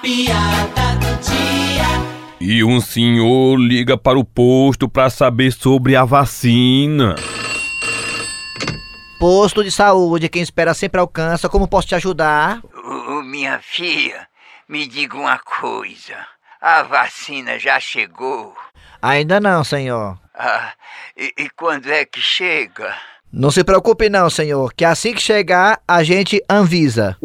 piada do dia. E um senhor liga para o posto para saber sobre a vacina. Posto de saúde, quem espera sempre alcança. Como posso te ajudar? Ô, minha filha, me diga uma coisa. A vacina já chegou? Ainda não, senhor. Ah, e, e quando é que chega? Não se preocupe não, senhor, que assim que chegar, a gente anvisa.